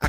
A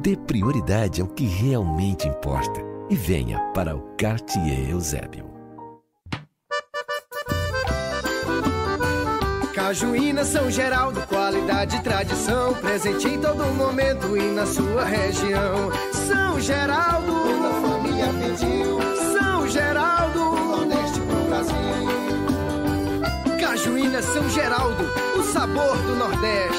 Dê prioridade ao que realmente importa e venha para o Cartier Eusébio. Cajuína São Geraldo, qualidade e tradição, presente em todo momento e na sua região. São Geraldo, toda família pediu. São Geraldo, Nordeste pro Brasil. Cajuína São Geraldo, o sabor do Nordeste.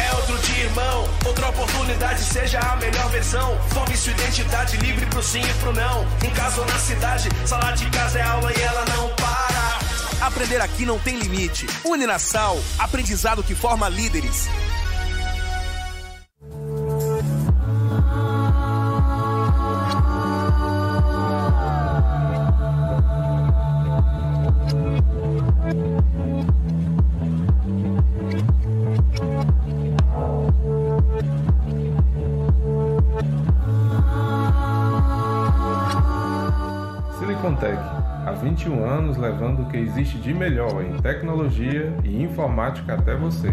É outro dia, irmão. Outra oportunidade, seja a melhor versão. Fome sua identidade, livre pro sim e pro não. Em casa ou na cidade, sala de casa é aula e ela não para. Aprender aqui não tem limite. Uninasal, aprendizado que forma líderes. Tech, há 21 anos levando o que existe de melhor em tecnologia e informática até você.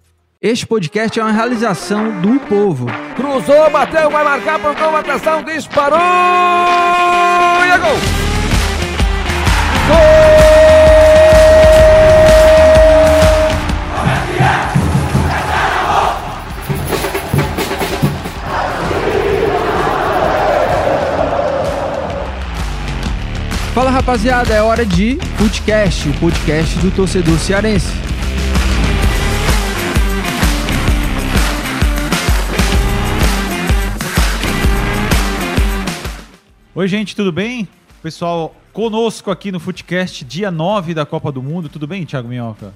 Este podcast é uma realização do povo. Cruzou, bateu, vai marcar, pontou, marcação, disparou! E é gol! Gol! Fala rapaziada, é hora de podcast, o podcast do torcedor cearense. Oi, gente, tudo bem? Pessoal, conosco aqui no Footcast, dia 9 da Copa do Mundo. Tudo bem, Thiago Minhoca?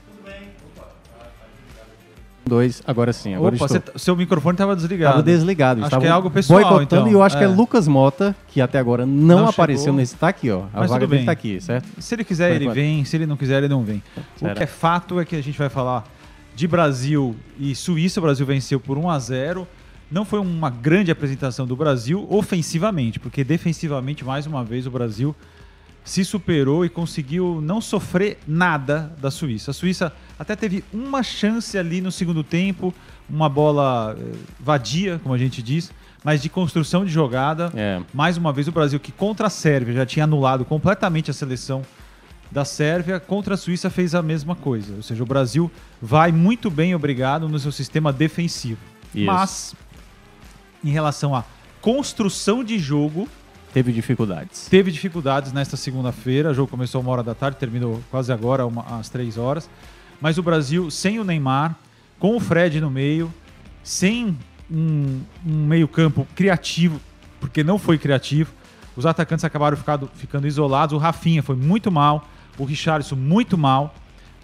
Dois, agora sim. Agora Opa, cê, seu microfone estava desligado. Estava desligado. Acho estava que é algo pessoal, boicotando, então. E eu acho que é É. Lucas Mota, que até agora não, Não apareceu chegou. nesse. Tá aqui, ó. A Mas vaga tudo dele bem. tá aqui, certo? Se ele quiser, Por ele enquanto. vem. Se ele não quiser, ele não vem. Será? O que é fato é que a gente vai falar de Brasil e Suíça. O Brasil venceu por 1 a 0 Não foi uma grande apresentação do Brasil ofensivamente, porque defensivamente, mais uma vez, o Brasil se superou e conseguiu não sofrer nada da Suíça. A Suíça até teve uma chance ali no segundo tempo, uma bola eh, vadia, como a gente diz, mas de construção de jogada. É. Mais uma vez, o Brasil, que contra a Sérvia já tinha anulado completamente a seleção da Sérvia, contra a Suíça fez a mesma coisa. Ou seja, o Brasil vai muito bem, obrigado, no seu sistema defensivo. Isso. Mas, em relação à construção de jogo, Teve dificuldades. teve dificuldades nesta segunda-feira. O jogo começou uma hora da tarde, terminou quase agora, uma, às três horas. Mas o Brasil sem o Neymar, com o Fred no meio, sem um, um meio-campo criativo, porque não foi criativo. Os atacantes acabaram ficado- ficando isolados. O Rafinha foi muito mal. O Richarlison muito mal.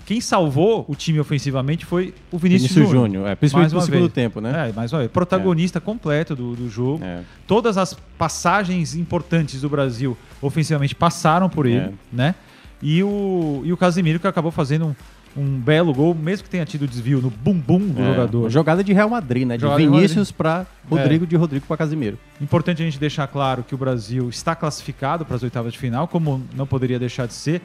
Quem salvou o time ofensivamente foi o Vinícius, Vinícius Júnior. Júnior, é, principalmente Mais uma no segundo vez. tempo, né? É. É, mais uma vez. Protagonista completo do, do jogo. Todas as passagens importantes do Brasil ofensivamente passaram por ele, É. né? E o, e o Casimiro que acabou fazendo um, um belo gol, mesmo que tenha tido desvio no bumbum do É, jogador. uma Jogada de Real Madrid, né? De Jogada de Vinícius Madrid. pra Rodrigo, É. de Rodrigo pra Casimiro. Importante a gente deixar claro que o Brasil está classificado para as oitavas de final, como não poderia deixar de ser,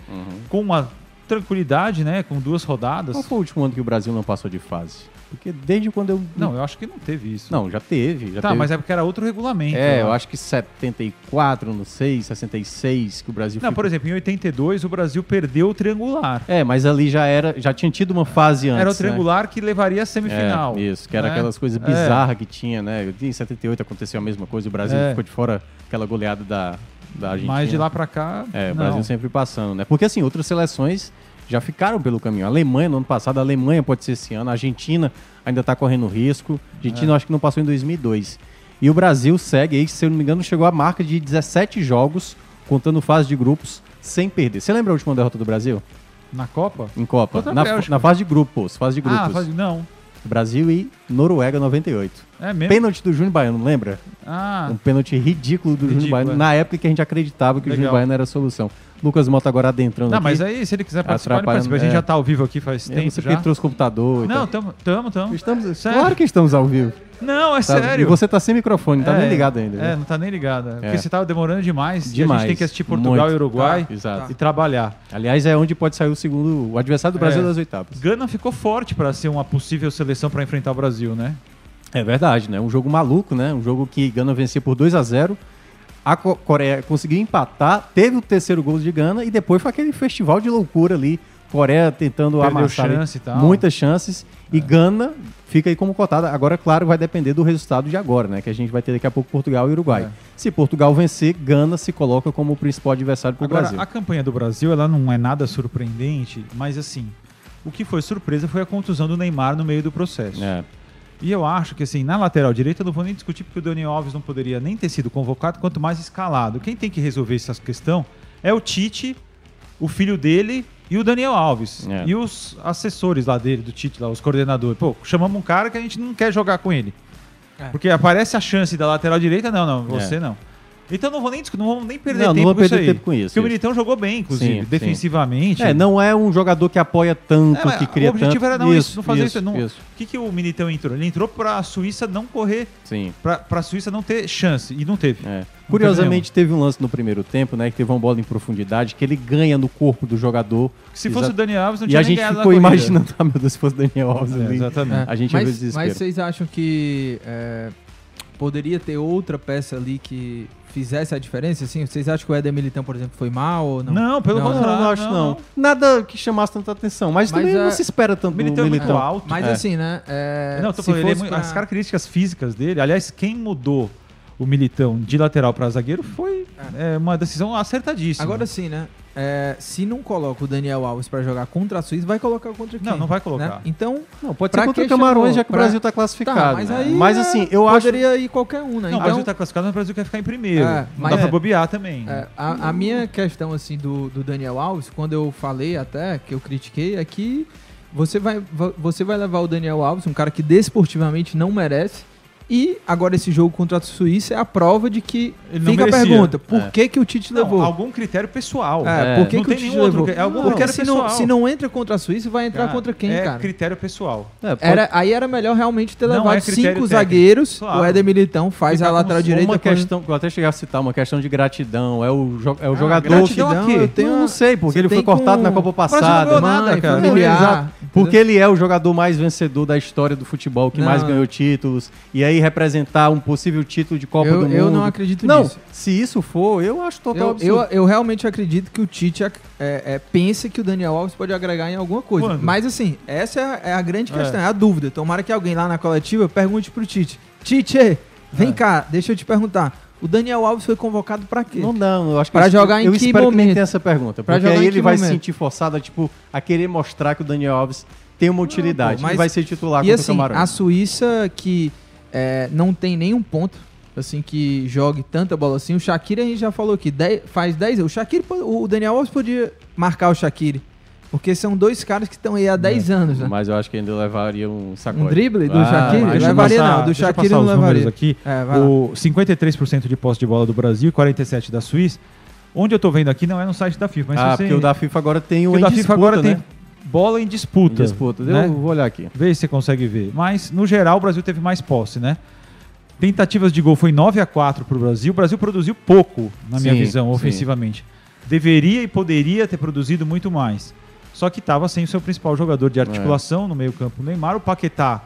com uma tranquilidade, né? Com duas rodadas. Qual foi o último ano que o Brasil não passou de fase? Porque desde quando eu. Não, eu acho que não teve isso. Não, já teve. Já tá, teve. mas é porque era outro regulamento. É, né? eu acho que 74, não sei, 66 que o Brasil Não, ficou- por exemplo, em 82 o Brasil perdeu o triangular. É, mas ali já era, já tinha tido uma fase antes. Era o né? triangular que levaria a semifinal. É, isso, que era né? aquelas coisas É. bizarras que tinha, né? Em 78 aconteceu a mesma coisa, o Brasil É. ficou de fora aquela goleada da, da Argentina. Mas de lá pra cá, É, o não. Brasil sempre passando, né? Porque assim, outras seleções já ficaram pelo caminho. A Alemanha no ano passado, a Alemanha pode ser esse ano, a Argentina ainda tá correndo risco. A Argentina É. eu acho que não passou em 2002. E o Brasil segue aí, se eu não me engano, chegou à marca de 17 jogos, contando fase de grupos, sem perder. Você lembra a última derrota do Brasil? Na Copa? Em Copa. Contra a Na, Bélgica. na fase de grupos, fase de grupos. Ah, faz- não. Brasil e Noruega 98. É mesmo? Pênalti do Júnior Baiano, lembra? Ah. Um pênalti ridículo do Júnior Ridículo, Baiano, é. na época que a gente acreditava que o Legal. Júnior Baiano era a solução. Lucas Mota agora adentrando Não, aqui. mas aí, se ele quiser participar, ele atrapalhando, participa. A gente é. já tá ao vivo aqui faz É, tempo Você já. porque trouxe computador e Não, tal. tamo, tamo, tamo. É, Estamos, Sério? Claro que estamos ao vivo. Não, é Sabe? sério. E você tá sem microfone, tá nem ligado ainda. É, né? não tá nem ligado. é. Porque É. você tava demorando demais. E a Demais, gente tem que assistir Portugal muito. e Uruguai Tá, exato. e trabalhar. Aliás, é onde pode sair o segundo, o adversário do Brasil É. das oitavas. Gana ficou forte pra ser uma possível seleção pra enfrentar o Brasil, né? É verdade, né? Um jogo maluco, né? Um jogo que Gana venceu por 2 a 0 A Co- Coreia conseguiu empatar, teve o terceiro gol de Gana e depois foi aquele festival de loucura ali. Coreia tentando Perdeu amassar ali chance e tal. É. muitas chances. E Gana fica aí como cotada. Agora, claro, vai depender do resultado de agora, né? Que a gente vai ter daqui a pouco Portugal e Uruguai. É. Se Portugal vencer, Gana se coloca como o principal adversário para o Agora, Brasil. a campanha do Brasil, ela não é nada surpreendente, mas assim, o que foi surpresa foi a contusão do Neymar no meio do processo. É. E eu acho que assim, na lateral direita, eu não vou nem discutir porque o Dani Alves não poderia nem ter sido convocado, quanto mais escalado. Quem tem que resolver essa questão é o Tite, o filho dele e o Daniel Alves. É. E os assessores lá dele, do Tite, lá, os coordenadores. Pô, chamamos um cara que a gente não quer jogar com ele. É. Porque aparece a chance da lateral direita, não, não, você É. não. Então não vou nem discutir, não vamos nem perder Não, não tempo vou com isso perder aí. tempo com isso, Porque o isso. Militão jogou bem, inclusive, Sim, sim. defensivamente. É, não é um jogador que apoia tanto, É, mas que cria o objetivo tanto. era não, isso, não fazer isso. não- O que, que o Militão entrou? Ele entrou pra Suíça não correr. Sim. É. Pra, pra Suíça não ter chance. E não teve. Não Curiosamente, teve um lance no primeiro tempo, né? Que teve uma bola em profundidade, que ele ganha no corpo do jogador. Se fosse o Daniel Alves, não e tinha a nem gente ganhado na ficou corrida. imaginando, ah, meu Deus, se fosse o Daniel Alves. É, ali, exatamente. A gente mas, ouviu o desespero. Mas vocês acham que é, poderia ter outra peça ali que fizesse a diferença? Assim, vocês acham que o Éder Militão, por exemplo, foi mal ou não? não, não, não acho não. Nada que chamasse tanta atenção, mas, também é, não se espera tanto um Militão é do muito Militão. alto. Mas assim, né, é, não, eu tô se falando, ele é fosse muito- Ah, pra- as características físicas dele. Aliás, quem mudou o Militão de lateral pra zagueiro foi é, uma decisão acertadíssima. Agora sim, né? é, se não coloca o Daniel Alves pra jogar contra a Suíça, vai colocar contra quem? Não, não vai colocar. Né? Então, não, pode ser contra o Camarões, já que o Brasil tá classificado, mas, né? aí, Mas, é, assim, eu acho- poderia ir qualquer um, né? Não, o Brasil tá classificado, mas o Brasil quer ficar em primeiro. não dá pra bobear também. Ah, É, a, a minha questão, assim, do, do Daniel Alves, quando eu falei até, que eu critiquei, é que você vai, va- você vai levar o Daniel Alves, um cara que desportivamente não merece, e agora esse jogo contra a Suíça é a prova de que não fica a merecia. pergunta, por É. que que o Tite Não, levou? é algum critério pessoal. É, por que, não que o tem Tite nenhum outro levou? cri- é algum Porque critério se não, pessoal. se não entra contra a Suíça, vai entrar Cara, contra quem, é cara? critério pessoal. É, Era, aí era melhor realmente ter Não levado é critério cinco técnico, zagueiros, claro. o Éder Militão faz Fica a como lateral se- direita... Uma quando- questão, eu até cheguei a citar, uma questão de gratidão. É o, jo- é o jogador. gratidão a quê? eu Tem tenho, uma- não sei, porque Você ele foi tem cortado com- na Copa o Brasil passada. não ganhou nada, Mãe, cara. família, Familiar, exato. entendeu? Porque ele é o jogador mais vencedor da história do futebol, que Não. mais ganhou títulos. E aí representar um possível título de Copa Eu- do Mundo. eu não acredito não, nisso. Se isso for, eu acho um total Eu, eu, absurdo. eu realmente acredito que o Tite ac- é, é, pensa que o Daniel Alves pode agregar em alguma coisa. Quando? Mas assim, essa é a- é a grande É. questão, é. a dúvida. Tomara que alguém lá na coletiva pergunte pro Tite. Tite, É. vem cá, deixa eu te perguntar. O Daniel Alves foi convocado pra quê? Não, não, eu acho que Pra eu- jogar em eu que espero que nem momento? tenha essa pergunta. Pra Porque jogar aí em ele que vai se momento? sentir forçado a, tipo, a querer mostrar que o Daniel Alves tem uma utilidade. Pô, mas- e vai ser titular e contra assim, o Camarões. A Suíça que É, não tem nenhum ponto assim que jogue tanta bola assim. O Shaqiri a gente já falou aqui, dez- faz 10 O Shaqiri, po- o Daniel Alves podia marcar o Shaqiri, porque são dois caras que estão aí há É, 10 anos, né? Mas eu acho que ainda levaria um sacode. Um drible do Shaqiri? Shaqiri? Ah, Deixa eu levaria passar- não, do deixa eu Shaqiri passar não os números levaria. Aqui, É, vai lá. o 53% de posse de bola do Brasil e 47% da Suíça. Onde eu tô vendo aqui não é no site da FIFA. Mas Ah, se você... porque o da FIFA agora tem o Porque em da FIFA agora disputa, tem né? bola em disputa. né? Em disputa. Eu vou olhar aqui. Vê se você consegue ver. Mas, no geral, o Brasil teve mais posse, né? Tentativas de gol foi 9 a 4 para o Brasil. O Brasil produziu pouco, na minha Sim, visão, sim. ofensivamente. Deveria e poderia ter produzido muito mais. Só que estava sem o seu principal jogador É. de articulação no meio-campo, o Neymar. O Paquetá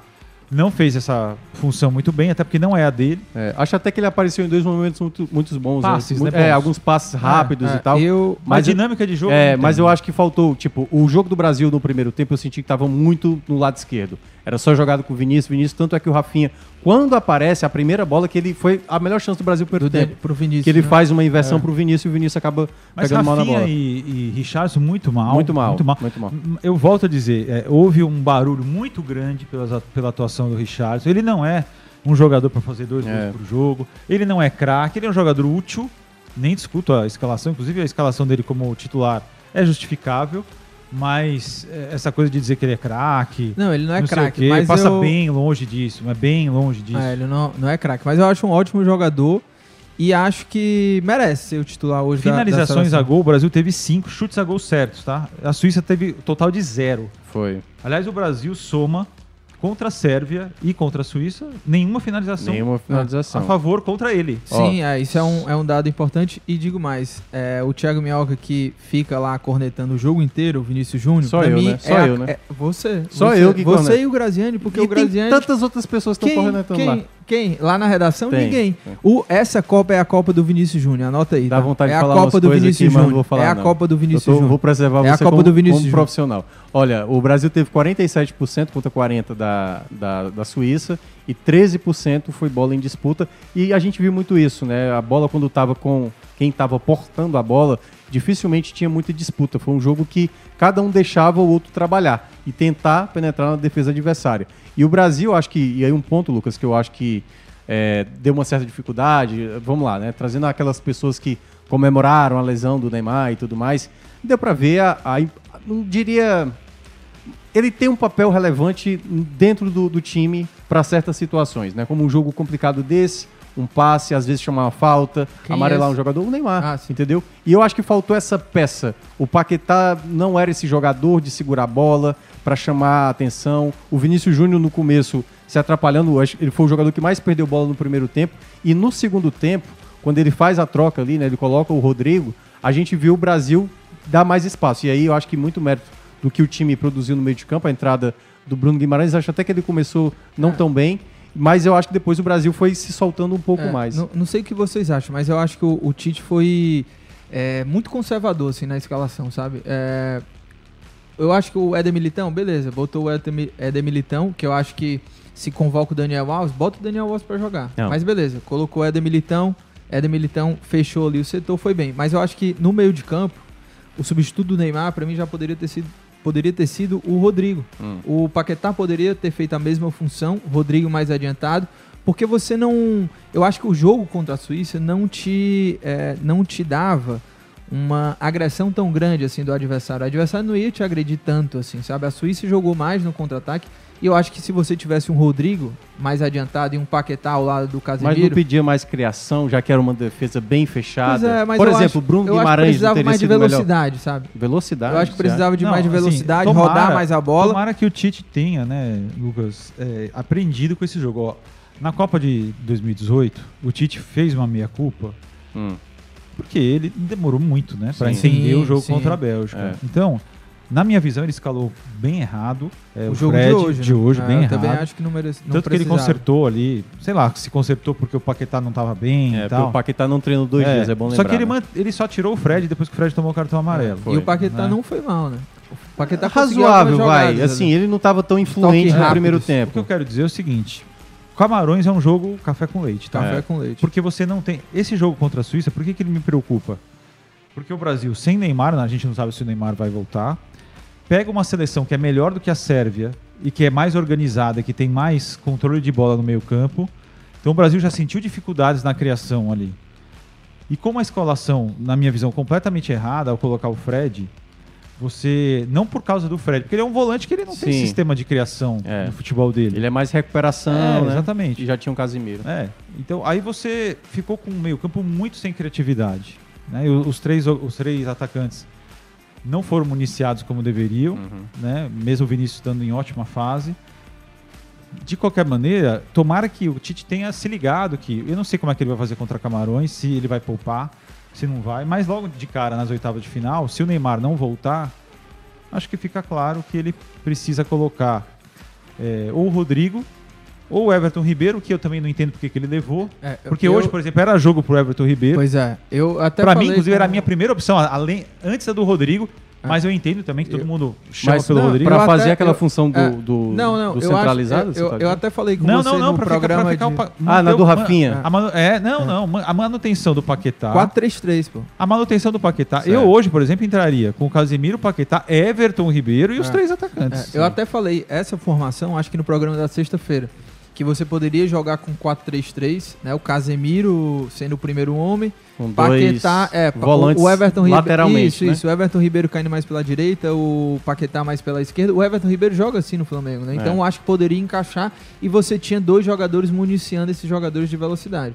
não fez essa função muito bem, até porque não é a dele. acho até que ele apareceu em dois momentos muito muitos bons, né? passes, Mu- né? é, bons. alguns passes rápidos É, e tal. é, eu- mas eu- dinâmica de jogo É, não tem, mas eu né? acho que faltou, tipo, o jogo do Brasil no primeiro tempo eu senti que tava muito no lado esquerdo. Era só jogado com o Vinícius, Vinícius, tanto é que o Rafinha, quando aparece a primeira bola que ele foi a melhor chance do Brasil no primeiro tempo, pro Vinícius, que ele né? faz uma inversão É. pro Vinícius e o Vinícius acaba Mas pegando mal na Rafinha bola. e, e Richardson muito mal. Muito mal, Muito mal. muito mal. M- Eu volto a dizer, é, houve um barulho muito grande pelas a- pela atuação do Richardson. Ele não é um jogador para fazer dois É. gols por jogo. Ele não é craque, ele é um jogador útil. Nem discuto a escalação, inclusive a escalação dele como titular é justificável. Mas é, essa coisa de dizer que ele é craque. Não, ele não é sei o craque, quê, mas Passa eu- bem longe disso, mas bem longe disso. É, ele não, não é craque, mas eu acho um ótimo jogador e acho que merece ser o titular hoje da- da Finalizações seleção. a gol, o Brasil teve cinco chutes a gol certos, tá? A Suíça teve total de zero. Foi. Aliás, o Brasil soma contra a Sérvia e contra a Suíça nenhuma finalização. Nenhuma finalização. A favor contra ele. Sim, é, isso é um, é um dado importante. E digo mais, é, o Thiago Minhoca que fica lá cornetando o jogo inteiro, o Vinícius Júnior, Só pra eu, mim né? é Só a- eu, né? é você. Só você, eu que Você corneto. e o Graziani, porque E o Graziani... tem tantas outras pessoas que estão Quem- correndo quem, lá. Quem? Lá na redação? Tem, Ninguém. tem. O, essa Copa é a Copa do Vinícius Júnior, anota aí. Dá tá? vontade é de falar a umas Copa do coisas Vinícius aqui, mas não Júnior. vou falar, é a não. Copa do Vinícius Eu tô- Júnior. Vou preservar é você a Copa como, do Vinícius como Júnior. profissional. Olha, o Brasil teve 47% contra 40% da, da, da Suíça e 13% foi bola em disputa. E a gente viu muito isso, né? A bola quando estava com quem estava portando a bola, dificilmente tinha muita disputa. Foi um jogo que cada um deixava o outro trabalhar e tentar penetrar na defesa adversária. E o Brasil, acho que... E aí um ponto, Lucas, que eu acho que é, deu uma certa dificuldade. Vamos lá, né? Trazendo aquelas pessoas que comemoraram a lesão do Neymar e tudo mais. Deu pra ver a, a- não diria. Ele tem um papel relevante dentro do, do time para certas situações, né? Como um jogo complicado desse, um passe, às vezes chamar uma falta, Quem amarelar é um esse? jogador, o Neymar, entendeu? E eu acho que faltou essa peça. O Paquetá não era esse jogador de segurar a bola para chamar a atenção. O Vinícius Júnior no começo se atrapalhando, eu acho que ele foi o jogador que mais perdeu bola no primeiro tempo e no segundo tempo, quando ele faz a troca ali, né, ele coloca o Rodrigo, a gente viu o Brasil dar mais espaço. E aí eu acho que muito mérito do que o time produziu no meio de campo, a entrada do Bruno Guimarães, acho até que ele começou É. não tão bem, mas eu acho que depois o Brasil foi se soltando um pouco É, mais. Não, não sei o que vocês acham, mas eu acho que o, o Tite foi é, muito conservador assim, na escalação, sabe? É, eu acho que o Éder Militão, beleza, botou o Éder Mi- Éder Militão, que eu acho que se convoca o Daniel Alves, bota o Daniel Alves pra jogar. Não. Mas beleza, colocou o Éder Militão, Éder Militão fechou ali o setor, foi bem. Mas eu acho que no meio de campo, o substituto do Neymar, pra mim, já poderia ter sido. Poderia ter sido o Rodrigo. O Paquetá poderia ter feito a mesma função, o Rodrigo mais adiantado, porque você não. Eu acho que o jogo contra a Suíça não te, é, não te dava uma agressão tão grande assim do adversário. O adversário não ia te agredir tanto assim, sabe? A Suíça jogou mais no contra-ataque e eu acho que se você tivesse um Rodrigo mais adiantado e um Paquetá ao lado do Casemiro. Mas não pedia mais criação, já que era uma defesa bem fechada. Pois é, mas Por eu exemplo, acho- Bruno eu acho que Guimarães precisava não teria mais de sido melhor. Ah, velocidade, sabe? Velocidade. Eu acho que você precisava de acha? mais assim, velocidade, tomara- rodar mais a bola. Tomara que o Tite tenha, né, Lucas, é, aprendido com esse jogo. Ó, na Copa de 2018, o Tite fez uma meia-culpa porque ele demorou muito, né, para Sim. entender o Sim, jogo sim. contra a Bélgica. É. Então, na minha visão, ele escalou bem errado. é, O o, jogo de Fred de hoje, hoje, né? É, bem eu errado. também acho que não merece- não Tanto que ele precisava. consertou ali, sei lá, se consertou porque o Paquetá não tava bem É, e porque tal. o Paquetá não treinou dois dias, é bom Só lembrar, que né? ele, É, man- ele só tirou o Fred depois que o Fred tomou o cartão amarelo. E o Paquetá não foi mal, né? O Paquetá conseguiu Razoável, algumas vai. jogadas Assim, ali. ele não estava tão influente Toques no primeiro rápidos. O que tempo. eu quero dizer é o seguinte: Camarões é um jogo café com leite, tá? É. Café com leite. Porque você não tem. Esse jogo contra a Suíça, por que, que ele me preocupa? Porque o Brasil, né, sem Neymar, a gente não sabe se o Neymar vai voltar, pega uma seleção que é melhor do que a Sérvia e que é mais organizada, que tem mais controle de bola no meio campo. Então o Brasil já sentiu dificuldades na criação ali. E como a escalação, na minha visão, completamente errada ao colocar o Fred, você. Não por causa do Fred, porque ele é um volante que ele não tem Sim. sistema de criação É. no futebol dele. Ele é mais recuperação, É, né? exatamente. E já tinha um Casimiro. É. Então aí você ficou com um meio-campo muito sem criatividade. Né? E o- os, três, os três atacantes não foram municiados como deveriam, Uhum. né? mesmo o Vinícius estando em ótima fase. De qualquer maneira, tomara que o Tite tenha se ligado que eu não sei como é que ele vai fazer contra Camarões, se ele vai poupar, se não vai, mas logo de cara nas oitavas de final, se o Neymar não voltar, acho que fica claro que ele precisa colocar é, ou o Rodrigo ou o Everton Ribeiro, que eu também não entendo porque que ele levou. É, eu- porque eu- hoje, por exemplo, era jogo pro Everton Ribeiro. Pois é, eu até Pra mim, falei inclusive, com- É. era a minha primeira opção, além, antes da do Rodrigo, mas eu entendo também que todo mundo chama Mas pelo não, Rodrigo. pra Eu fazer até- aquela eu- função do- é. do- Não, não, do eu acho- centralizado, eu- você tá eu dizendo? até falei com não, você não, não, no pra ficar- pra programa ficar um de- o pa- Ah, na manter do o- man- Rafinha. a manu- É, não, não. man- A manutenção do Paquetá. 4-3-3, pô. A manutenção do Paquetá. Certo. Eu hoje, por exemplo, entraria com o Casemiro, Paquetá, Everton Ribeiro e os É. três atacantes. É, eu até falei, essa formação, acho que no programa da sexta-feira, que você poderia jogar com 4-3-3, né? O Casemiro sendo o primeiro homem, Com Paquetá, dois é, pa- volantes o Everton Ribeiro, lateralmente, isso, né? isso, o Everton Ribeiro caindo mais pela direita, o Paquetá mais pela esquerda. O Everton Ribeiro joga assim no Flamengo, né? Então É. eu acho que poderia encaixar e você tinha dois jogadores municiando esses jogadores de velocidade.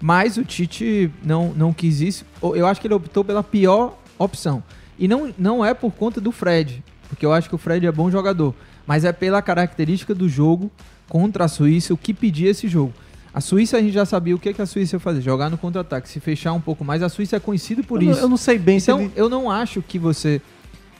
Mas o Tite não, não quis isso. Ou Eu acho que ele optou pela pior opção. E não, não é por conta do Fred, porque eu acho que o Fred é bom jogador. Mas é pela característica do jogo contra a Suíça, o que pedia esse jogo. A Suíça a gente já sabia o que, que a Suíça ia fazer, jogar no contra-ataque, se fechar um pouco mais. A Suíça é conhecida por Eu não- isso. eu não sei bem se então, ele- eu não acho que você.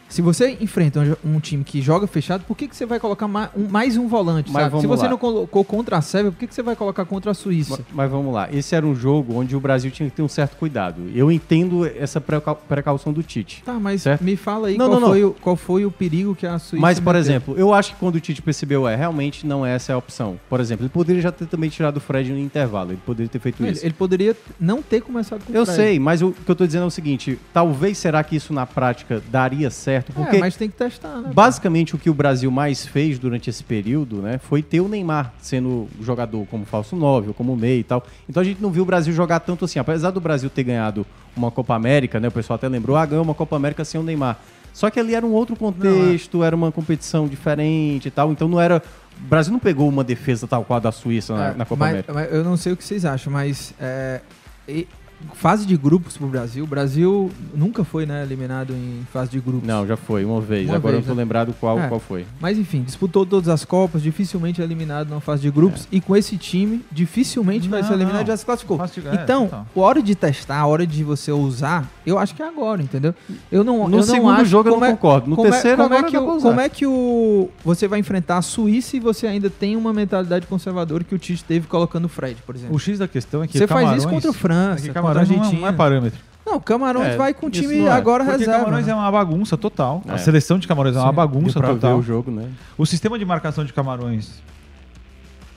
Se você enfrenta um jo- um time que joga fechado, por que, que você vai colocar ma- um- mais um volante? Mas sabe? vamos Se você lá. não colocou contra a Sérvia, por que, que você vai colocar contra a Suíça? Mas, mas vamos lá. Esse era um jogo onde o Brasil tinha que ter um certo cuidado. Eu entendo essa precau- precaução do Tite. Tá, mas certo? me fala aí Não, qual, não, não. Foi o, qual foi o perigo que a Suíça. Mas, por meteu. exemplo, eu acho que quando o Tite percebeu, é, realmente não é essa a opção. Por exemplo, ele poderia já ter também tirado o Fred no intervalo. Ele poderia ter feito Ele, isso. ele poderia não ter começado com o Eu Fred. sei, mas o que eu tô dizendo é o seguinte: talvez será que isso na prática daria certo? Porque É, mas tem que testar, né? basicamente o que o Brasil mais fez durante esse período, né, foi ter o Neymar sendo jogador como falso 9 ou como meio e tal. Então a gente não viu o Brasil jogar tanto assim. Apesar do Brasil ter ganhado uma Copa América, né, o pessoal até lembrou, ah, ganhou uma Copa América sem o Neymar. Só que ali era um outro é. contexto, era uma competição diferente e tal. Então não era. O Brasil não pegou uma defesa tal qual a da Suíça na, É, na Copa mas- América. mas eu não sei o que vocês acham, mas é, e- fase de grupos pro Brasil. O Brasil nunca foi né, eliminado em fase de grupos. Não, já foi, uma vez. Uma Agora vez, eu não tô né? lembrado qual, É. qual foi. Mas enfim, disputou todas as Copas, dificilmente é eliminado na fase de É. grupos. E com esse time, dificilmente vai Não, ser eliminado, não. já se classificou. Fase de- é, então, então. a hora de testar, a hora de você usar, eu acho que é agora, entendeu? Eu não, No eu não segundo acho jogo eu como não é- concordo. No como é- terceiro como agora é que dá pra o, usar. Como é que o você vai enfrentar a Suíça e você ainda tem uma mentalidade conservadora que o Tite teve colocando o Fred, por exemplo? O X da questão é que Você faz isso Camarões- contra o França, é que contra a Camarões não é- Argentina. não é parâmetro. Não, o Camarões É, vai com o isso time não é. agora Porque reserva. Camarões né? é uma bagunça total. É. A seleção de Camarões é uma Sim, bagunça deu pra total. ver o jogo, né? O sistema de marcação de Camarões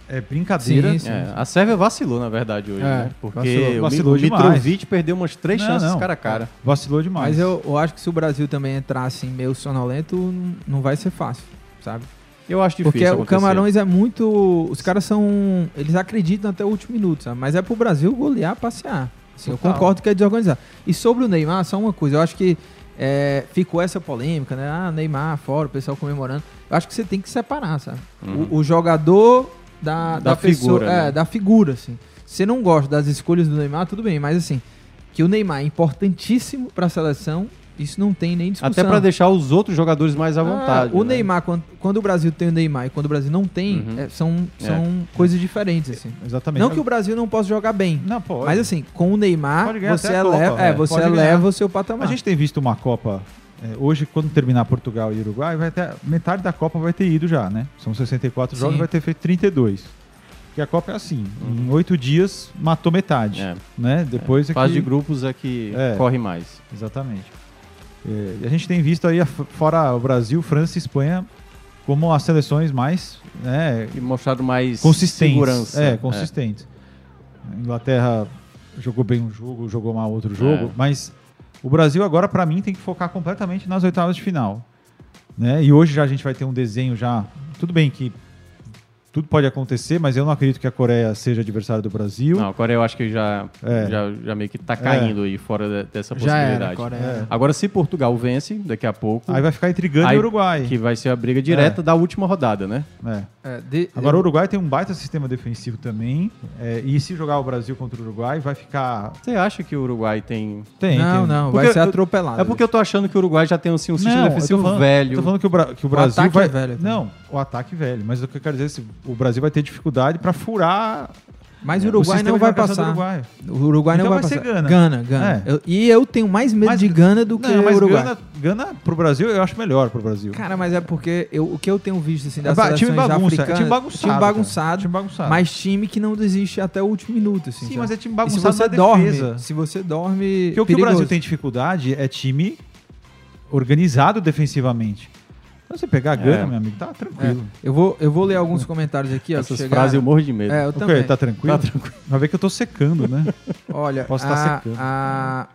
é brincadeira. É, a Sérvia vacilou, na verdade, hoje, É, né? Porque vacilou. o, Vacilou o demais. Mitrovic perdeu umas três Não, chances não. cara a cara. Vacilou demais. Mas eu, eu acho que se o Brasil também entrar assim meio sonolento, n- não vai ser fácil, sabe? Eu acho difícil Porque o acontecer. Camarões é muito. Os caras são. Eles acreditam até o último minuto, sabe? Mas é pro Brasil golear, passear. Assim, eu Total. concordo que é desorganizado. E sobre o Neymar, só uma coisa. Eu acho que é, ficou essa polêmica, né? Ah, Neymar fora, o pessoal comemorando. Eu acho que você tem que separar, sabe? Uhum. O, o jogador da, da, Da pessoa. figura, é, né? da figura, assim. Se você não gosta das escolhas do Neymar, tudo bem, mas assim, que o Neymar é importantíssimo pra seleção, isso não tem nem discussão. Até pra deixar os outros jogadores mais à Ah, vontade. o né? Neymar, quando, quando o Brasil tem o Neymar e quando o Brasil não tem, Uhum. é, são, É. são coisas diferentes, assim. Exatamente. Não que o Brasil não possa jogar bem. Não, pode. Mas assim, com o Neymar, Pode ganhar você até a eleva, Copa, é, né? você Pode eleva ganhar. o seu patamar. A gente tem visto uma Copa. é, hoje, quando terminar Portugal e Uruguai, vai ter, metade da Copa vai ter ido já, né? São 64 jogos, Sim. vai ter feito 32. Porque a Copa é assim, em oito dias matou metade, né? Depois é. Fase que- de grupos Uhum. é que É. corre mais. Exatamente. É, e a gente tem visto aí, a- fora o Brasil, França e Espanha, como as seleções mais né, E mostrado mais consistentes. segurança. É, consistentes. A Inglaterra jogou bem um jogo, jogou mal outro jogo, É. mas o Brasil agora, pra mim, tem que focar completamente nas oitavas de final. Né? E hoje já a gente vai ter um desenho já Tudo bem que tudo pode acontecer, mas eu não acredito que a Coreia seja adversária do Brasil. Não, a Coreia eu acho que já, É. já, já meio que tá caindo É. aí fora de- dessa Já era, possibilidade. É. Coreia. Agora, se Portugal vence daqui a pouco. Aí vai ficar entre Gana e Uruguai. Que vai ser a briga direta da última rodada, né? É. É, de- Agora eu- o Uruguai tem um baita sistema defensivo também. é, e se jogar o Brasil contra o Uruguai, vai ficar. Você acha que o Uruguai tem. Tem. tem. um Porque eu- É porque eu tô achando que o Uruguai já tem assim, um sistema Não, eu tô defensivo falando- velho. eu Tô falando que o, Bra- que o Brasil ataque vai. é velho também. não, o ataque velho. Mas o que eu quero dizer é que o Brasil vai ter dificuldade pra furar. Mas o o Uruguai sistema não de vai marcação do passar. Uruguai. O Uruguai não É. Então vai, vai ser passar. Gana. É. Gana, Gana. Eu- e eu tenho mais medo de Gana do que Não, mas Uruguai. Gana, Gana pro Brasil eu acho melhor pro Brasil. Cara, mas é porque eu- o que eu tenho visto assim, das É ba- time seleções bagunça, é africanas... time bagunçado, time cara. bagunçado, Time bagunçado. Mas time que não desiste até o último minuto, assim. Sim, sabe? mas é time E bagunçado se você na dorme, defesa. Se você dorme... Porque o que o perigoso. Brasil tem dificuldade é time organizado defensivamente. Então você pegar a Gana, É. meu amigo, tá tranquilo. É. Eu, vou, eu vou ler alguns comentários aqui, ó. que Essas chegaram. frases eu morro de medo. É, eu O quê? também. Tá tranquilo? Tá tranquilo. Vai ver que eu tô secando, né? Olha, Posso tá a- estar secando. a-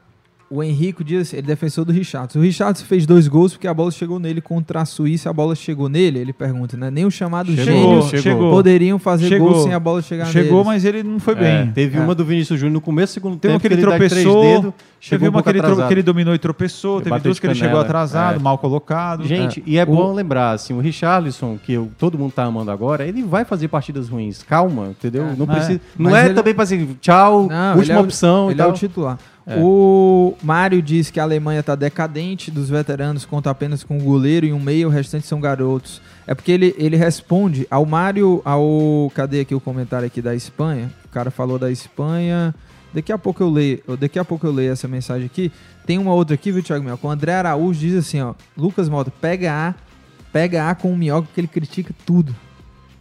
o Henrico diz, ele é defensor do Richardson. O Richardson fez dois gols porque a bola chegou nele contra a Suíça, a bola chegou nele, ele pergunta, né? Nem o chamado Chegou, gênio chegou. poderiam fazer Chegou. gol sem a bola chegar Chegou, neles. mas ele não foi É, bem. teve É. uma do Vinícius Júnior no começo do segundo Teve tempo. uma que ele dá de três tropeçou, dedos, teve chegou um uma que pouco ele, tro- atrasado. que ele dominou e tropeçou, teve bateu duas de que ele chegou canela, atrasado, é. mal colocado. Gente, e é bom lembrar, assim, o Richarlison, que eu- todo mundo tá amando agora, ele vai fazer partidas ruins. Calma, entendeu? Não É. precisa. Não Mas é ele- também pra assim, tchau, Não, ele última é o- opção Ele e tal. é o titular. É. O Mário diz que a Alemanha está decadente, dos veteranos conta apenas com um goleiro e um meia, o restante são garotos. É porque ele, ele responde ao Mário, ao. Cadê aqui o comentário aqui da Espanha? O cara falou da Espanha. Daqui a pouco eu leio, daqui a pouco eu leio essa mensagem aqui. Tem uma outra aqui, viu, Thiago Mel? Com o André Araújo diz assim, ó, Lucas Mota, pega A, pega A com o Minhoca porque ele critica tudo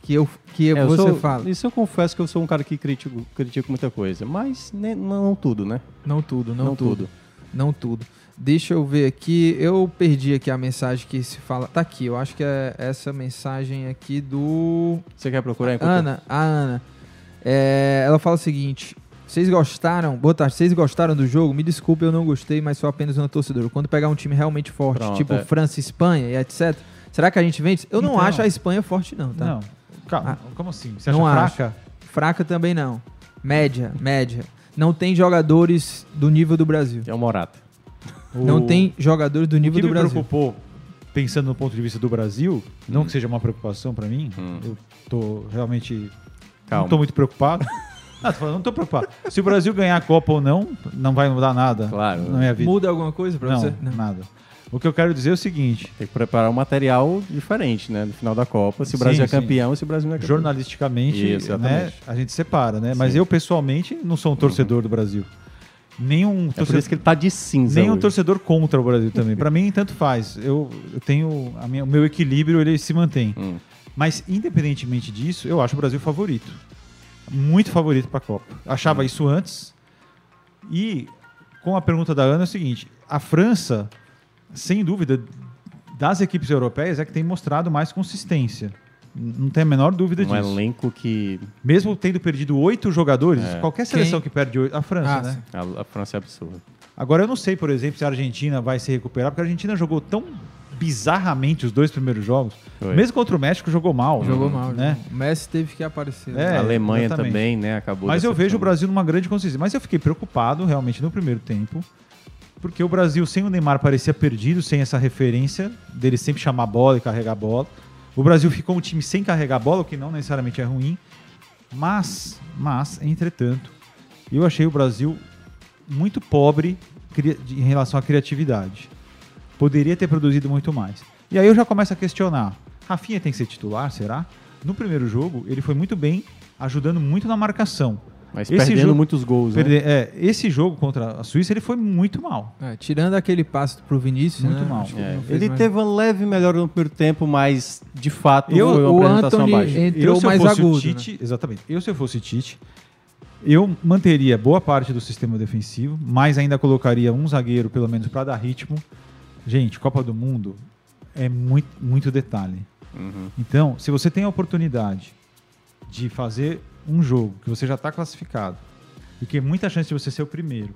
que eu que É, eu você sou- fala. Isso eu confesso que eu sou um cara que critico, critico muita coisa, mas né, não, não tudo, né? Não tudo, não, tudo. Não tudo. Deixa eu ver aqui. Eu perdi aqui a mensagem que se fala. Tá aqui, eu acho que é essa mensagem aqui do. Você quer procurar enquanto eu- Ana, a Ana. É, ela fala o seguinte. Vocês gostaram? Boa tarde. Vocês gostaram do jogo? Me desculpe, eu não gostei, mas sou apenas uma torcedora. Quando pegar um time realmente forte, Pronto, tipo é. França, Espanha e etc. Será que a gente vence? Eu não Então. acho a Espanha forte, não, tá? Não. Calma, Ah, como assim? Você acha acho. fraca? Fraca também não. Média, média. Não tem jogadores do nível do Brasil. É o Morata. Não tem jogadores do O nível que do me Brasil. Hum. preocupou, pensando no ponto de vista do Brasil, não que seja uma preocupação pra mim, Hum. eu tô realmente. Calma. Não tô muito preocupado. não, tô falando, não tô preocupado. Se o Brasil ganhar a Copa ou não, não vai mudar nada Claro. na minha vida. Muda alguma coisa pra não, você? Não. nada. O que eu quero dizer é o seguinte: tem que preparar um material diferente, né? No final da Copa, se o Brasil é campeão, se o Brasil não é campeão. Jornalisticamente, Isso, né, exatamente. a gente separa, né? Mas Sim. Uhum. eu, pessoalmente, não sou um torcedor do Brasil. Nenhum É por isso que ele tá de cinza. Nem um hoje. torcedor contra o Brasil também. Pra mim, tanto faz. Eu, eu tenho. a minha- o meu equilíbrio ele se mantém. Hum. Mas, independentemente disso, eu acho o Brasil favorito. Muito favorito pra Copa. Hum. Achava isso antes. E com a pergunta da Ana é o seguinte: a França, sem dúvida, das equipes europeias é que tem mostrado mais consistência. N- Não tem a menor dúvida Um disso. elenco que. Mesmo tendo perdido oito jogadores, É. qualquer Quem? seleção que perde oito, a França, Ah, né? sim. A, a França é absurda. Agora eu não sei, por exemplo, se a Argentina vai se recuperar, porque a Argentina jogou tão bizarramente os dois primeiros jogos. Foi. Mesmo contra o México, jogou mal. Jogou mal, né? jogou. O Messi teve que aparecer. né? É, a Alemanha exatamente. também, né? Acabou. Mas eu decepcionando. vejo o Brasil numa grande consistência. Mas eu fiquei preocupado realmente no primeiro tempo, porque o Brasil sem o Neymar parecia perdido, sem essa referência dele sempre chamar a bola e carregar a bola. O Brasil ficou um time sem carregar a bola, o que não necessariamente é ruim. Mas, mas, entretanto, eu achei o Brasil muito pobre cria- de- em relação à criatividade. Poderia ter produzido muito mais. E aí eu já começo a questionar. Rafinha tem que ser titular, será? No primeiro jogo, ele foi muito bem, ajudando muito na marcação. Mas perdendo muitos gols, né? é, esse jogo contra a Suíça, ele foi muito mal. É, tirando aquele passe pro Vinícius, Muito né? mal. Acho que É. não fez Ele mais- teve uma leve melhora no primeiro tempo, mas de fato foi uma o apresentação Anthony baixa. eu, se eu fosse o Tite, Exatamente. Eu, se eu fosse Tite, eu manteria boa parte do sistema defensivo, mas ainda colocaria um zagueiro, pelo menos, para dar ritmo. Gente, Copa do Mundo é muito, muito detalhe. Então, se você tem a oportunidade de fazer um jogo que você já está classificado e que tem muita chance de você ser o primeiro,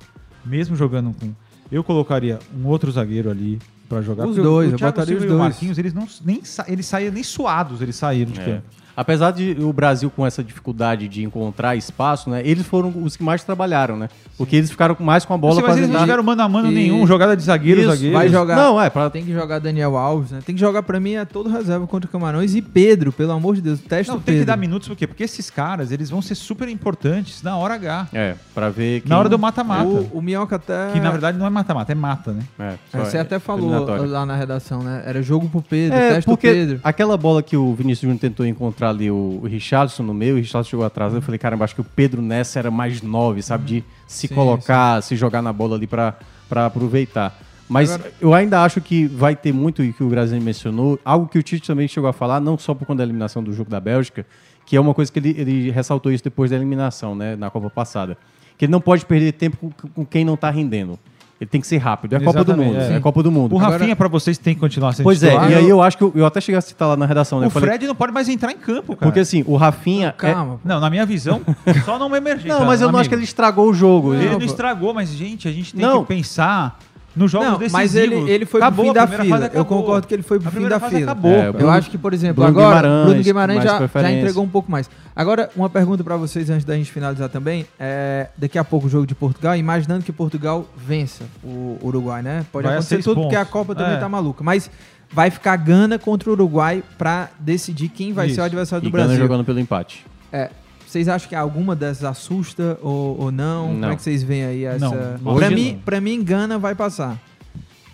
mesmo jogando com. Eu colocaria um outro zagueiro ali, pra jogar. Os porque o- dois, o eu Thiago botaria Silva os e o dois. Marquinhos, eles não nem sa- eles saíram nem suados, eles saíram de É. campo. Apesar de o Brasil com essa dificuldade de encontrar espaço, né? Eles foram os que mais trabalharam, né? Porque eles ficaram com- mais com a bola Sim, mas pra eles não tentar- tiveram mano a mano nenhum, jogada de zagueiro, Isso, zagueiro. Vai jogar. Não, é, pra... Tem que jogar Daniel Alves, né? Tem que jogar pra mim é todo reserva contra o Camarões e Pedro, pelo amor de Deus, testa Não, o tem que Pedro. dar minutos por quê? Porque esses caras, eles vão ser super importantes na hora H. É, pra ver Na hora do mata-mata. O, o Minhoca até Que na verdade não é mata-mata, é mata, né? só você é até falou eliminatória. lá na redação, né? Era jogo pro Pedro, É, testa o porque Pedro. aquela bola que o Vinícius Júnior tentou encontrar ali, o o Richardson no meio, o Richardson chegou atrás, eu falei, caramba, acho que o Pedro nessa era mais nove, sabe? De se Sim, colocar, se jogar na bola ali pra pra aproveitar. Mas Agora- eu ainda acho que vai ter muito e que o Graziani mencionou, algo que o Tite também chegou a falar, não só por conta da eliminação do jogo da Bélgica, que é uma coisa que ele, ele ressaltou isso depois da eliminação, né, na Copa passada. Que ele não pode perder tempo com, com quem não tá rendendo. Ele tem que ser rápido. É a Copa do Exatamente, Mundo. é. É, a Copa do Mundo. O Agora- Rafinha, pra vocês, tem que continuar sendo Pois é, titular. e aí eu acho que eu, eu até cheguei a citar lá na redação, né? O eu falei, Fred não pode mais entrar em campo, cara. porque assim, o Rafinha. Calma. Não, na minha visão, só numa É... emergência. Não, mas eu não acho que ele estragou o jogo. Ele Eu- não estragou, mas, gente, a gente tem Não. que pensar nos jogos Não, decisivos. mas ele, ele foi pro Acabou, fim a da primeira fila. fase Eu acabou. concordo que ele foi pro A fim primeira da fase fila. acabou, É, cara. eu Bruno- acho que, por exemplo, Bruno agora Guimarães, Bruno Guimarães mais já, já preferência. entregou um pouco mais. Agora, uma pergunta pra vocês antes da gente finalizar também. É, daqui a pouco o jogo de Portugal, imaginando que Portugal vença o Uruguai, né? Pode Vai a acontecer seis tudo, porque a pontos. Copa também É. tá maluca. Mas vai ficar Gana contra o Uruguai pra decidir quem vai ser o Isso. adversário do E Gana Brasil. jogando pelo empate. É. Vocês acham que alguma dessas assusta ou, ou não? Como Não. é que vocês veem aí essa. Não, pra, hoje mim, não. pra mim, Gana vai passar.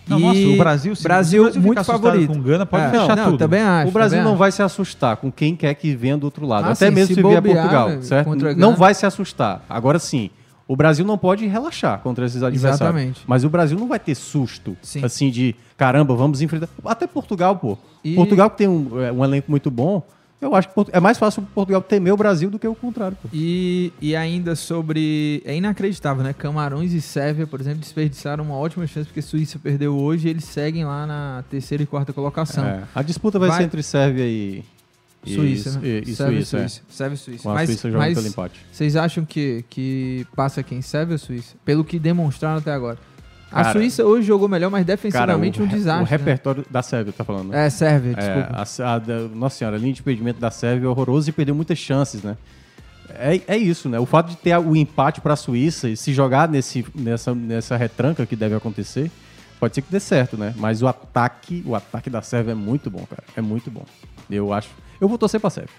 Não, E nossa, o Brasil, se- Brasil, se o Brasil muito ficar assustado favorito. com Gana, pode É, fechar não, tudo. Também acho. Ah, o Brasil também não acho. vai se assustar com quem quer que venha do outro lado. Ah, Até sim, mesmo se se, vier bobear, Portugal, velho, certo? contra a Não Gana. vai se assustar. Agora sim, o Brasil não pode relaxar contra esses adversários. Exatamente. Mas o Brasil não vai ter susto, Sim. assim, de caramba, vamos enfrentar. Até Portugal, pô. E- Portugal que tem um, é, um elenco muito bom, eu acho que Portu- é mais fácil Portugal temer o Brasil do que o contrário, pô. E, e ainda sobre. É inacreditável, né? Camarões e Sérvia, por exemplo, desperdiçaram uma ótima chance porque Suíça perdeu hoje e eles seguem lá na terceira e quarta colocação. É, A disputa vai, Vai- ser entre Sérvia e. e- Suíça, né? e, e Sérvia e Suíça. é. Suíça. Sérvia e Suíça. Com a Mas- Suíça jogando mas pelo empate. Vocês acham que, que passa quem? Sérvia ou Suíça? Pelo que demonstraram até agora. A Cara- Suíça hoje jogou melhor, mas defensivamente o um re- desastre. O né? repertório da Sérvia, tá falando? É, Sérvia, desculpa. a S- a da- nossa senhora, a linha de impedimento da Sérvia é horrorosa e perdeu muitas chances, né? É, é isso, né? O fato de ter o empate para a Suíça e se jogar nesse, nessa, nessa retranca que deve acontecer, pode ser que dê certo, né? Mas o ataque, o ataque da Sérvia é muito bom, cara. É muito bom. Eu acho. Eu vou torcer para a Sérvia.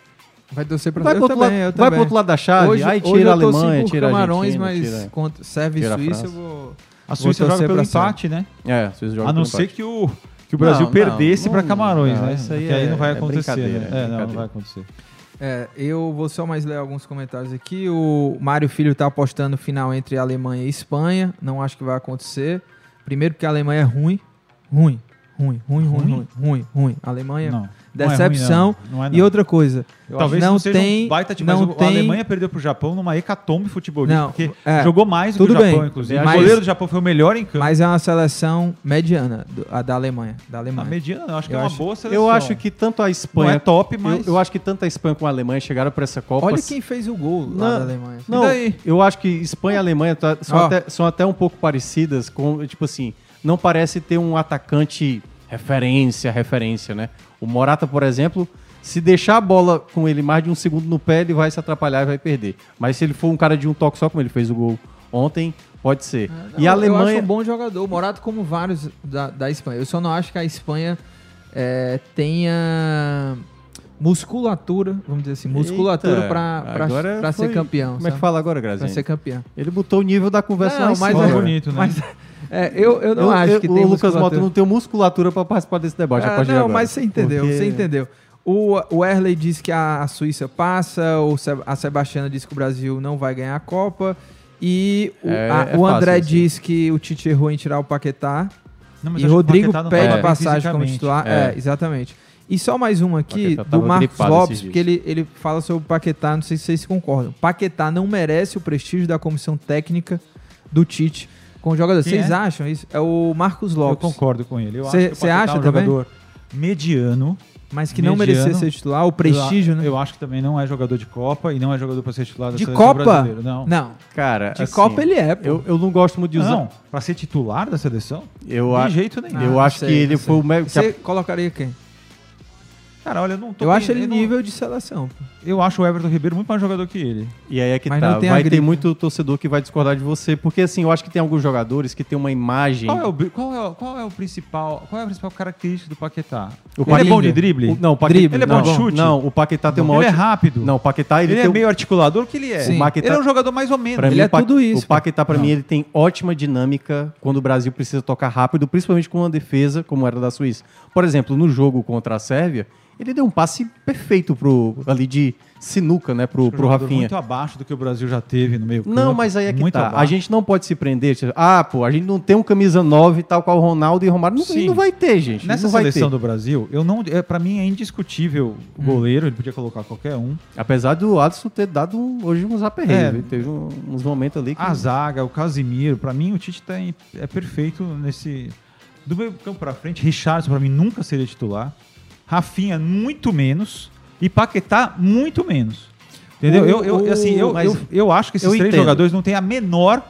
Vai torcer pra Vai eu pro outro também, eu lado- vai pro também. outro lado da chave, Hoje, aí hoje tira a eu torci Alemanha, por tira a Camarões, mas Argentina, tira- contra Sérvia tira e a Suíça eu França. vou. A Suíça vou joga torcer pelo pra Sérvia. empate, né? É, a Suíça joga A não pelo ser empate. que o, que o Brasil Não, não, perdesse não, pra Camarões, não, né? isso aí Porque aí é- não vai é acontecer, brincadeira, é né? É, não, não brincadeira. vai acontecer. É, eu vou só mais ler alguns comentários aqui. O Mário Filho tá apostando final entre Alemanha e Espanha. Não acho que vai acontecer. Primeiro porque a Alemanha é ruim. Ruim. Ruim, ruim, ruim, ruim, ruim, ruim. A Alemanha, Não, não é ruim, decepção. não. Não é, E não. outra coisa, Eu Talvez não, não, seja tem, um baita time, não mas o- tem... a Alemanha perdeu pro Japão numa hecatombe futebolística, Não, porque é, jogou mais do tudo que o Japão, bem, inclusive. mas- o goleiro do Japão foi o melhor em campo. Mas é uma seleção mediana, do- a da Alemanha. Da Alemanha. A Ah, mediana, não, acho que Eu é uma acho- boa seleção. Eu acho que tanto a Espanha. Não é top, mas- Eu, eu acho que tanto a Espanha como a Alemanha chegaram para essa Copa. Olha quem fez o gol lá da Alemanha. Não, E daí? eu acho que Espanha e Alemanha tá- são, Ó. até, são até um pouco parecidas, com, tipo assim, não parece ter um atacante referência, referência, né? O Morata, por exemplo, se deixar a bola com ele mais de um segundo no pé, ele vai se atrapalhar e vai perder. Mas se ele for um cara de um toque só, como ele fez o gol ontem, pode ser. Não, e a Eu Alemanha. acho um bom jogador, o Morato como vários da, da Espanha. Eu só não acho que a Espanha é, tenha musculatura, vamos dizer assim, musculatura Eita, pra, pra, agora pra ser foi- campeão. Como é sabe? que fala agora, Pra Grazinha? ser campeão. Ele botou o nível da conversa lá em mas cima. é- cara. Bonito, né? mas- é, eu, eu não acho que o tem Lucas musculatura. Mota não tem musculatura pra participar desse debate. já Ah, pode ir não, agora. mas você entendeu, Porque- você entendeu. O, o Erley disse que a, a Suíça passa, o, Se- a Sebastiana disse que o Brasil não vai ganhar a Copa. E o, É, a- é Ah, o André fácil, assim. diz que o Tite errou em tirar o Paquetá. Não, mas e acho que o Rodrigo Paquetá não pede tava bem passagem como fisicamente. titular. É. É. exatamente. E só mais uma aqui Paquetá do tava Marcos gripado esses Lopes, dias. porque ele, ele fala sobre o Paquetá, não sei se vocês concordam. Paquetá não merece o prestígio da comissão técnica do Tite com o jogador. Quem Vocês é? acham isso? É o Marcos Eu Lopes. concordo com ele. Eu Cê- acho que o cê Paquetá é acha um também? jogador mediano, Mas que não merecia ser titular, o prestígio, eu, né? Eu acho que também não é jogador de Copa e não é jogador pra ser titular da De seleção Copa? brasileira. Não. Não. Cara, De assim, Copa ele é, pô. Eu, eu não gosto muito de usar. Não, pra ser titular da seleção? Eu de a- jeito nenhum. eu Ah, acho sei, que ele sei. foi o me- que a- Você colocaria quem? Cara, olha, eu não tô Eu acho bem- ele não- nível de seleção. Eu acho o Everton Ribeiro muito mais jogador que ele. E aí é que Mas tá. não tem a vai ter grife. muito torcedor que vai discordar de você, porque assim, eu acho que tem alguns jogadores que tem uma imagem. Qual é, o, bri- qual, é, o- qual é o principal, qual é a principal característica do Paquetá? O ele Paquetá- é bom de drible? O- não, o Paquetá, Ele é bom de não, chute? Não, o Paquetá tem uma Ele é ótima- rápido. Não, o Paquetá ele, Ele é tem um- meio articulador que ele é. Sim. O Paquetá- Ele é um jogador mais ou menos. Pra mim, o Pa- O cara. Paquetá, pra mim, ele tem ótima dinâmica quando o Brasil precisa tocar rápido, principalmente com uma defesa, como era da Suíça. Por exemplo, no jogo contra a Sérvia, ele deu um passe perfeito pro, ali de sinuca, né, pro, Um pro jogador Rafinha. Muito abaixo do que o Brasil já teve no meio Não, mas aí é que muito tá. abaixo. A gente não pode se prender. tipo, Ah, pô, a gente não tem um camisa 9, tal qual o Ronaldo e o Romário. Não, Sim. não vai ter, gente. Nessa não vai seleção ter. Hum. do Brasil, eu não, é, para mim é indiscutível o goleiro, ele podia colocar qualquer um. Apesar do Adson ter dado hoje uns aperreios. É. viu? Teve um- uns momentos ali que... A zaga, o Casimiro, pra mim o Tite tá em- é perfeito nesse do meio campo pra frente. Richardson pra mim nunca seria titular. Rafinha muito menos e Paquetá muito menos. Entendeu? O- eu, eu- o- assim, eu, mas eu, eu acho que esses eu três entendo. jogadores não têm a menor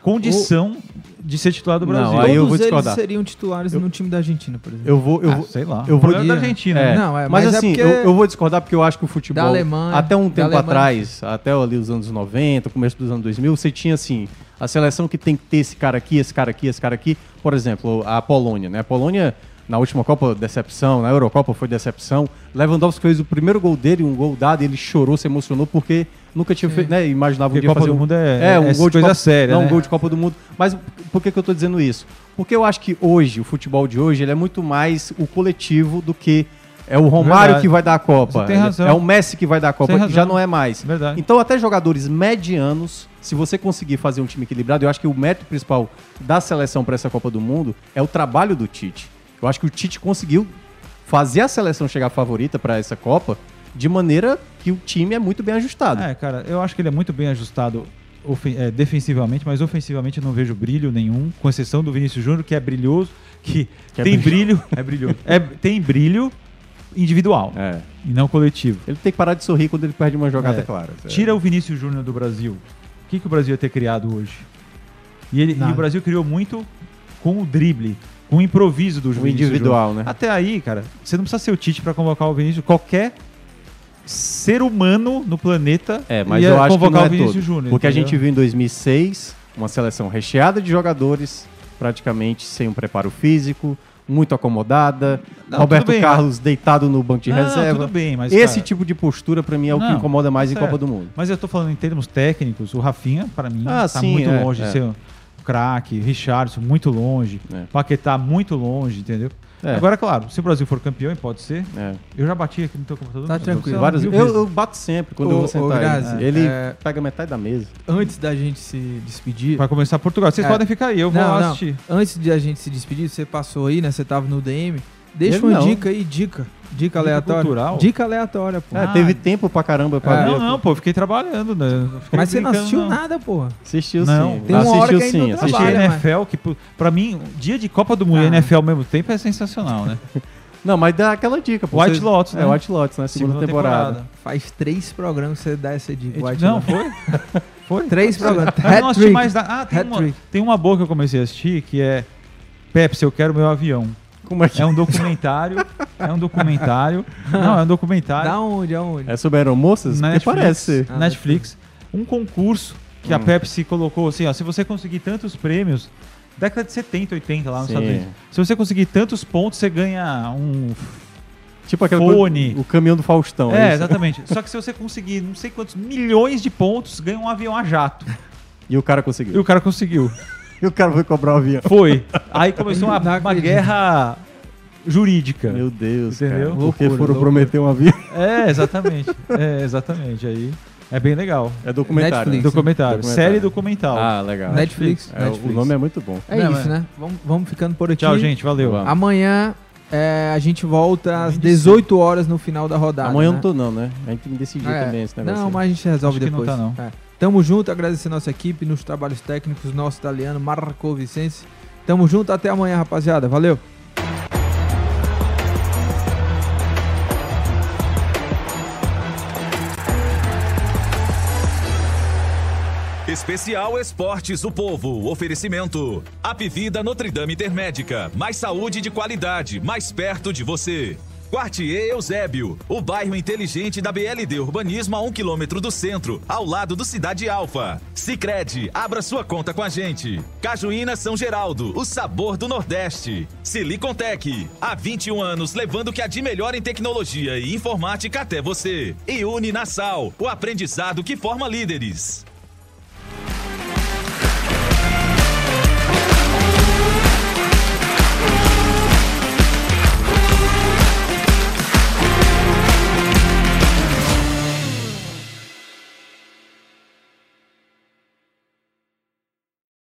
condição de ser titular do Não, Brasil. aí eu Todos vou eles discordar. seriam titulares no time da Argentina, por exemplo. Eu vou, eu Ah, vou, sei lá. Eu O vou problema é da Argentina, né? Não, é, mas, mas é assim, porque- eu, eu vou discordar porque eu acho que o futebol Da Alemanha, até um da tempo Alemanha. atrás, até ali os anos 90, começo dos anos 2000, você tinha assim, a seleção que tem que ter esse cara aqui, esse cara aqui, esse cara aqui, por exemplo, a Polônia, né? A Polônia na última Copa decepção, na Eurocopa foi decepção. Lewandowski fez o primeiro gol dele, um gol dado, e ele chorou, se emocionou porque nunca tinha feito, né, imaginava um Porque dia Copa fazer do um- Mundo é- é coisa Copa- séria, não, né? um gol de Copa do Mundo. Mas por que, que eu tô dizendo isso? Porque eu acho que hoje, o futebol de hoje, ele é muito mais o coletivo do que é o Romário Verdade. que vai dar a Copa. Você tem razão. É o Messi que vai dar a Copa, Tem que já razão. não é mais. Verdade. Então, até jogadores medianos, se você conseguir fazer um time equilibrado, eu acho que o mérito principal da seleção para essa Copa do Mundo é o trabalho do Tite. Eu acho que o Tite conseguiu fazer a seleção chegar favorita para essa Copa de maneira que o time é muito bem ajustado. É, cara, eu acho que ele é muito bem ajustado ofen- é, defensivamente, mas ofensivamente eu não vejo brilho nenhum, com exceção do Vinícius Júnior, que é brilhoso, que, Que é tem brilho- brilho. É brilhoso. É, tem brilho individual É. e não coletivo. Ele tem que parar de sorrir quando ele perde uma jogada É. clara. Tira o Vinícius Júnior do Brasil. O que, que o Brasil ia ter criado hoje? E, ele- e Nada. o Brasil criou muito com o drible, com o improviso do Vinícius individual, Júnior. né? Até aí, cara, você não precisa ser o Tite pra convocar o Vinícius. Qualquer ser humano no planeta É, mas ia eu acho que convocar não é o Vinícius todo. Júnior. porque a entendeu? gente viu em 2006 uma seleção recheada de jogadores, praticamente sem um preparo físico, muito acomodada, Não, Roberto tudo bem, né? Carlos deitado no banco de Não, reserva. tudo bem, mas, Esse cara- tipo de postura pra mim é o que Não, incomoda mais tá em Copa certo. do Mundo. Mas eu tô falando em termos técnicos, o Rafinha, pra mim, Ah, tá sim, muito é, longe é. de ser um craque, Richardson muito longe, Paquetá muito longe, entendeu? É. Agora, claro, se o Brasil for campeão, e pode ser, É. eu já bati aqui no teu computador. Tá mas tranquilo. você Várias- viu eu, mesmo. eu bato sempre quando eu Ô, vou ô, sentar. Grazi, ele ele é- pega metade da mesa. É. Antes da gente se despedir. Vai começar Portugal. Vocês podem ficar aí, eu vou Não, não. assistir. Antes de a gente se despedir, você passou aí, né? Você tava no DM. Deixa Ele uma não. dica aí, dica. Dica aleatória. cultural? Dica aleatória, pô. É, teve tempo pra caramba pra Ah, ver. não, não, pô, eu fiquei trabalhando, né? Eu fiquei Mas você não brincando, assistiu não. nada, porra. Assistiu Não, sim. Tem uma hora assistiu que ainda sim. É. não assistiu. Assistir Trabalha, mas- NFL, que pô, pra mim, o dia de Copa do Mundo Ah. e NFL ao mesmo tempo é sensacional, né? Não, mas dá aquela dica. pô. White Você- Lotus, né? É, White Lotus, né? Segunda, Segunda temporada. temporada. Faz três programas que você dá essa dica. Eu White te- não, Love. foi? Foi? Três programas. Eu não assisti Hat-trick. mais nada. Ah, tem uma, Hat-trick. tem uma boa que eu comecei a assistir que é Pepsi, eu quero meu avião. Como é que- É um documentário. é um documentário. Não, é um documentário. Da onde? Aonde? É sobre aeromoças? Porque Netflix, parece. Ah, Netflix. Um concurso que a Hum. Pepsi colocou assim, ó, se você conseguir tantos prêmios, década de 70, 80 lá nos Sim. Estados Unidos. Se você conseguir tantos pontos, você ganha um Tipo aquele fone. O caminhão do Faustão. é, isso? exatamente. Só que se você conseguir não sei quantos milhões de pontos, ganha um avião a jato. E o cara conseguiu. E o cara conseguiu. E o cara foi cobrar o avião. Foi. Aí começou uma, Não uma acredito. guerra jurídica. Meu Deus, Entendeu? cara. Porque Loucura, foram loucura. prometer um avião. É, exatamente. É, exatamente. Aí é bem legal. É documentário, Netflix, né? documentário. Documentário. Série documental. Ah, legal. Netflix. É, o nome é muito bom. É Não, isso, é. né? Vamos, vamos ficando por aqui. Tchau, gente. Valeu. Amanhã é, a gente volta às 18 horas no final da rodada. Amanhã eu né? não tô, não, né? A gente tem que decidir É. também esse negócio. Não, aí. mas a gente resolve Acho que não depois. tá, não. É. Tamo junto, agradecer nossa equipe, nos trabalhos técnicos, nosso italiano Marco Vicense. Tamo junto, até amanhã, rapaziada. Valeu! Especial Esportes do Povo. Oferecimento. Apivida Notre Dame Intermédica. Mais saúde de qualidade, mais perto de você. Quartier Eusébio, o bairro inteligente da BLD Urbanismo a um quilômetro do centro, ao lado do Cidade Alfa. Sicredi, abra sua conta com a gente. Cajuína São Geraldo, o sabor do Nordeste. Silicontec, há 21 anos levando o que há de melhor em tecnologia e informática até você. E Uninasal, o aprendizado que forma líderes.